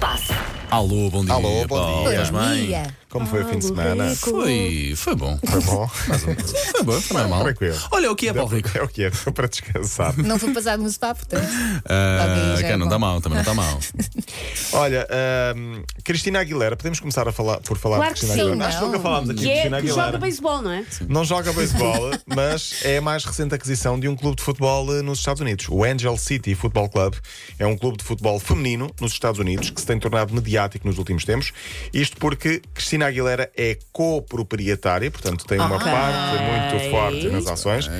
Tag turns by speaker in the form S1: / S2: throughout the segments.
S1: passa.
S2: Alô, bom dia.
S3: Alô, bom
S2: Paulo,
S3: dia.
S2: estás bem?
S1: Dia.
S3: Como foi o fim de
S1: Paulo
S3: semana?
S1: Rico.
S2: Foi, foi bom.
S3: Foi bom.
S2: Foi bom, foi normal.
S3: Tranquilo.
S2: Olha, o que é, Paulo Rico?
S3: É o que é, deu para descansar.
S1: Não foi passado no spa, portanto.
S2: Ah,
S1: Ok, já
S2: cá
S1: é
S2: não
S1: bom.
S2: está mal, também não está mal.
S3: Olha, hum, Cristina Aguilera, podemos começar a falar por falar
S4: Claro
S3: de
S4: que
S3: Cristina
S4: sim,
S3: Aguilera. Acho que
S1: não.
S3: nunca falámos aqui
S4: Que
S3: de
S4: é
S3: Cristina
S4: que
S3: Aguilera.
S4: joga beisebol, não é?
S3: Não joga beisebol, mas é a mais recente aquisição de um clube de futebol eh, nos Estados Unidos. O Angel City Football Club é um clube de futebol feminino nos Estados Unidos que se tem tornado mediático nos últimos tempos. Isto porque Cristina Aguilera é coproprietária, portanto tem uma
S1: Ok.
S3: parte muito forte nas ações.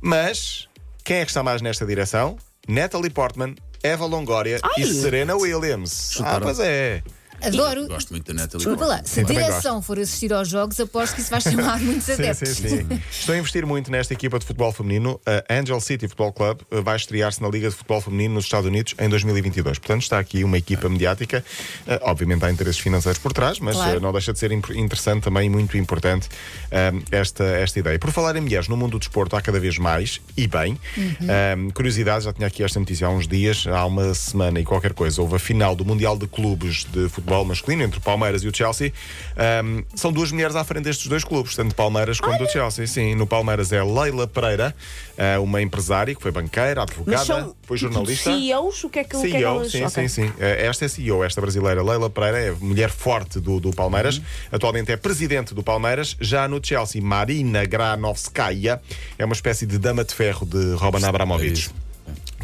S3: Mas quem é que está mais nesta direção? Natalie Portman, Eva Longoria e
S4: Ai!
S3: Serena Williams. Ah,
S2: Chutaram.
S3: pois é.
S1: Adoro.
S2: Gosto muito da Natalie.
S1: Desculpa lá, se a
S3: também
S1: direção for assistir aos jogos, aposto que isso vai chamar muitos
S3: Sim,
S1: adeptos.
S3: sim, sim. Estou a investir muito nesta equipa de futebol feminino. A Angel City Football Club eh, vai estrear-se na Liga de Futebol Feminino nos Estados Unidos em 2022. Portanto, está aqui uma equipa mediática. Eh, Obviamente há interesses financeiros por trás, mas
S1: Claro.
S3: eh, não deixa de ser imp- interessante também e muito importante ehm, esta, esta ideia. Por falar em mulheres, no mundo do desporto há cada vez mais, e bem. Ehm, curiosidade, já tinha aqui esta notícia há uns dias, há uma semana e qualquer coisa, houve a final do Mundial de Clubes de Futebol Masculino entre o Palmeiras e o Chelsea. Ehm, são duas mulheres à frente destes dois clubes, tanto Palmeiras como do Chelsea. Sim, no Palmeiras é Leila Pereira, eh, uma empresária que foi banqueira, advogada, foi jornalista.
S4: CEOs, o que é que, o que, é que
S3: CEO,
S4: elas-
S3: sim, sim,
S4: Ok.
S3: sim. Eh, Esta é CEO, esta brasileira, Leila Pereira, é mulher forte do, do
S1: Uhum.
S3: Palmeiras, atualmente é presidente do Palmeiras. Já no Chelsea, Marina Granovskaya é uma espécie de dama de ferro de Roman Abramovich.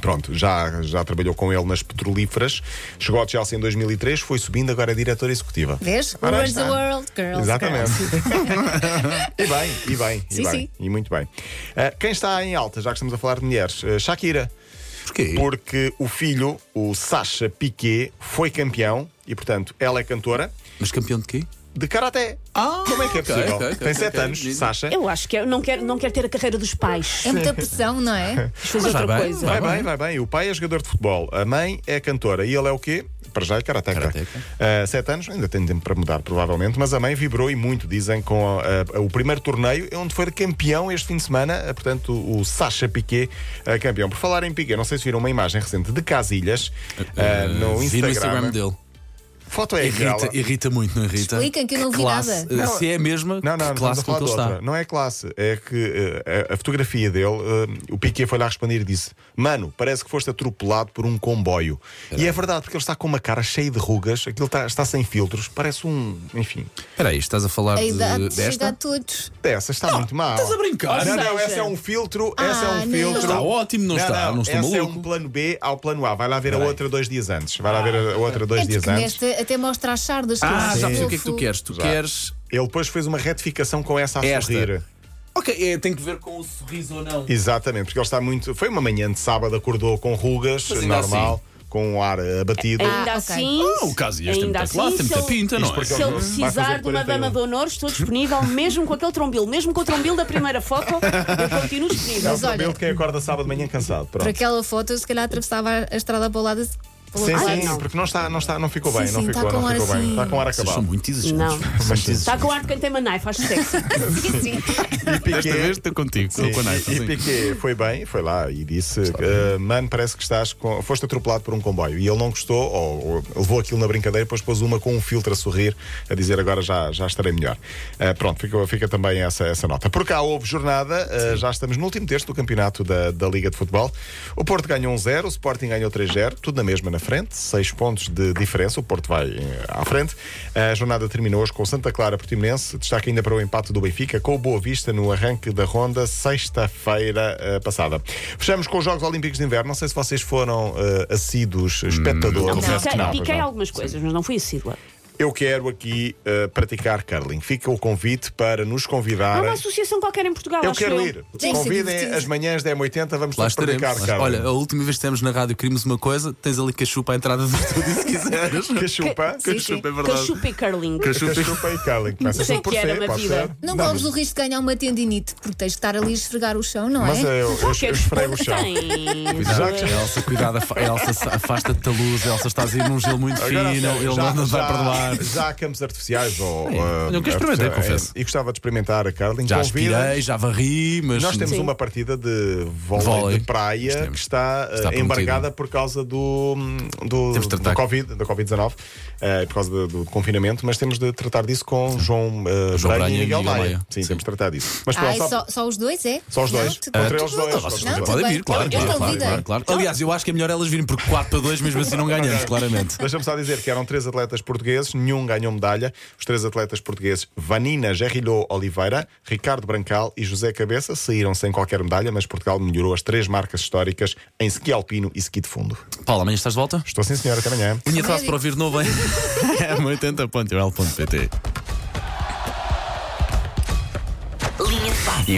S3: Pronto, já, já trabalhou com ele nas petrolíferas, chegou ao Chelsea em 2003, foi subindo, agora é diretora executiva.
S1: Vês?
S3: Ora
S1: Where's the
S3: está.
S1: world, girls?
S3: Exatamente.
S1: girls.
S3: e bem, e bem, e
S1: Sim,
S3: bem.
S1: sim.
S3: E muito bem. Ah, quem está em alta, já que estamos a falar de mulheres, eh, Shakira.
S2: Porquê?
S3: Porque o filho, o Sasha Piquet, foi campeão e, portanto, ela é cantora
S2: Mas campeão de quê?
S3: de karaté.
S2: Ah,
S3: Como é que é
S2: ok,
S3: possível?
S2: ok, ok,
S3: Tem 7
S2: ok.
S3: anos,
S2: Dizem.
S3: Sasha.
S4: Eu acho que é- não quero não quero ter a carreira dos pais.
S1: É muita pressão, não é?
S4: Mas fazer
S2: Mas vai
S4: outra
S2: bem,
S4: coisa.
S3: Vai
S2: Tá bem.
S3: bem, vai bem. O pai é jogador de futebol, a mãe é cantora e ele é o quê? Para já é karateca.
S2: Karateca.
S3: Ah, Sete anos, ainda tem tempo para mudar, provavelmente, mas a mãe vibrou e muito, dizem, com a- a- o primeiro torneio, onde foi campeão este fim de semana, ah, portanto, o, o Sasha Piquet, ah, campeão. Por falar em Piquet, não sei se viram uma imagem recente de Casilhas ah, no,
S2: vi
S3: Instagram.
S2: no Instagram dele.
S3: Foto é aquela.
S2: Irrita, irrita muito, não irrita?
S1: Expliquem que eu não vi
S2: classe,
S1: nada.
S2: eh,
S3: Não,
S2: Se é a mesma,
S3: Não, não,
S2: que
S3: não estamos a
S2: classe com
S3: falar
S2: que
S3: de
S2: ele
S3: outra.
S2: está.
S3: Não é classe, é que eh, a, a fotografia dele, eh, o Piquet foi lá responder e disse: Mano, parece que foste atropelado por um comboio. E é verdade, porque ele está com uma cara cheia de rugas, aquilo está, está sem filtros, parece um. Enfim,
S2: Espera aí, estás a falar
S1: A
S2: de,
S1: idade chega a
S2: desta?
S1: todos.
S3: essa está muito mal.
S2: Estás a brincar?
S3: Não,
S4: Ou
S3: não,
S4: seja-
S3: essa é um filtro, essa é
S1: Ah,
S3: um
S1: não.
S3: filtro.
S2: Está ótimo, não, está, não estou
S3: essa é
S2: maluco.
S3: um plano B ao plano A. Vai lá ver a outra dois dias antes. Vai lá ver a outra dois
S1: É
S3: dias
S1: porque
S3: antes.
S1: nesta até mostra as sardas. que eu
S2: Ah,
S1: acho
S2: já percebi o que é que tu
S1: fofo.
S2: queres. Tu
S3: Já.
S2: queres.
S3: Ele depois fez uma retificação com essa a
S2: Esta.
S3: sorrir.
S2: Ok, é, tem que ver com o sorriso ou não.
S3: Exatamente, porque ele está muito. Foi uma manhã de sábado, acordou com rugas,
S2: Mas ainda assim.
S3: normal, com o ar eh, abatido.
S4: Ainda
S1: Ah, ok.
S4: assim.
S2: Ah, o Casillas tem
S4: ainda
S2: muita
S4: assim,
S2: classe, tem
S4: se
S2: muita
S4: ele-
S2: pinta, não
S3: Isto porque
S2: é?
S4: Se
S3: Ele
S4: ele
S3: vai fazer
S4: precisar de
S3: 41.
S4: uma dama de honor, estou disponível, mesmo com aquele trombil, mesmo com o trombil da primeira foto, eu continuo
S3: É
S4: disponível.
S3: o
S1: Mas olha-
S3: cabelo de quem acorda sábado de manhã cansado. Pronto.
S1: Por aquela foto, eu se calhar atravessava a estrada para o lado. Para o
S3: Sim,
S1: outro
S4: Ai,
S3: sim,
S1: lado.
S4: não.
S3: porque não está, não está, não ficou
S1: Sim,
S3: bem, não
S1: sim,
S3: ficou,
S1: está
S3: não ficou
S1: com ar
S3: bem.
S1: assim.
S3: Está com ar
S2: Vocês são
S3: acabado.
S2: muito exigentes.
S4: Não.
S2: São muito
S4: Está
S2: exigentes.
S4: com ar de quem tem manai, faz sexo.
S1: Sim, sim.
S3: E Piquet-
S2: Desta vez estou contigo, estou
S3: Sim,
S2: com a tá Nike.
S3: e, é e Piquet foi bem, foi lá e disse: eh, Mano, parece que estás com- foste atropelado por um comboio. E ele não gostou, ou, ou levou aquilo na brincadeira, depois pôs uma com um filtro a sorrir, a dizer agora já, já estarei melhor. Eh, pronto, fica, fica também essa, essa nota. Por cá houve jornada, eh, já estamos no último terço do campeonato da, da Liga de Futebol. O Porto ganhou 1-0, o Sporting ganhou 3-0, tudo na mesma na frente, 6 pontos de diferença. O Porto vai eh, à frente. A jornada terminou hoje com o Santa Clara Portimonense, destaque ainda para o empate do Benfica com o Boa Vista no arranque da ronda sexta-feira eh, passada. Fechamos com os Jogos Olímpicos de Inverno. Não sei se vocês foram eh, assíduos espectadores.
S4: Piquei,
S3: Não, pois
S4: piquei
S3: não.
S4: algumas coisas, mas não fui É assídua.
S3: Eu quero aqui eh, praticar curling. Fica o convite para nos
S4: Há uma
S3: convidarem.
S4: associação qualquer em Portugal,
S3: Eu
S4: Ah, acho
S3: quero
S4: eu.
S3: ir.
S1: ser
S3: Convidem
S1: divertido.
S3: as manhãs 10h80, vamos
S2: Lá
S3: todos
S2: estaremos.
S3: praticar
S2: Lá-
S3: curling.
S2: Olha, a última vez que estivemos na rádio, queríamos uma coisa, tens ali cachupa à entrada do estúdio se quiseres.
S3: Que chupa.
S1: Sim, sim.
S2: Cachupa, é verdade.
S4: Cachupa e curling.
S3: Que chupa e curling. Começa
S4: Isso é
S3: sempre por
S4: que era
S3: ser,
S4: uma
S3: pode
S4: vida.
S3: ser.
S1: Não corres o risco de ganhar uma tendinite, porque tens de estar ali a esfregar o chão, não
S3: Mas eh, eu,
S1: é?
S3: eu, eu esfrego o chão.
S4: Tens.
S2: Cuidado,
S3: Já que-
S2: Elsa, cuidado, afa- Elsa, sa- afasta-te da luz, Elsa, estás a ir num gelo muito
S3: Agora
S2: fino,
S3: sei,
S2: ele
S3: já-
S2: não nos vai
S3: já-
S2: perdoar. claro.
S3: Já há campos artificiais ou.
S2: Sim.
S3: ah,
S2: Nunca experimentei,
S3: artificiais,
S2: confesso.
S3: é, E gostava de experimentar a Carlin.
S2: Já
S3: Convida-
S2: aspirei, já varri, mas.
S3: Nós temos
S4: Sim.
S3: uma partida de vôlei,
S2: Vôlei.
S3: de praia
S2: Temos.
S3: que está, eh,
S2: Está prometido.
S3: embargada por causa do, hum, do,
S2: Temos de tratar.
S3: do Covid, da Covid-19, eh, por causa do, do confinamento, mas temos de tratar disso com João, eh,
S2: João
S3: Branco
S2: Branco
S3: e Miguel Maia. Sim,
S2: Sim.
S3: temos de tratar disso. Mas
S1: Ah,
S3: pronto,
S1: é
S3: só,
S1: só, só os dois, é?
S3: só os dois.
S1: Não, tu-
S3: Contra
S1: tu-
S3: eles dois.
S2: Não, vocês
S3: contra eles
S1: tudo
S2: podem
S1: bem.
S2: vir, claro,
S1: Eu
S2: claro, claro,
S1: convido.
S2: claro, claro. Aliás, eu acho que é melhor elas virem, porque 4 para 2, mesmo assim não ganhamos, claramente.
S3: Deixa-me só dizer que eram três atletas portugueses, nenhum ganhou medalha. Os três atletas portugueses, Vanina Gerrilhou Oliveira, Ricardo Brancal e José Cabeça, saíram sem qualquer medalha, mas Portugal melhorou as três marcas históricas em ski alpino e ski de fundo.
S2: Paulo, amanhã estás de volta?
S3: Estou sim, senhora, até amanhã.
S2: Minha frase para ouvir de novo, hein? é 80.ol.pt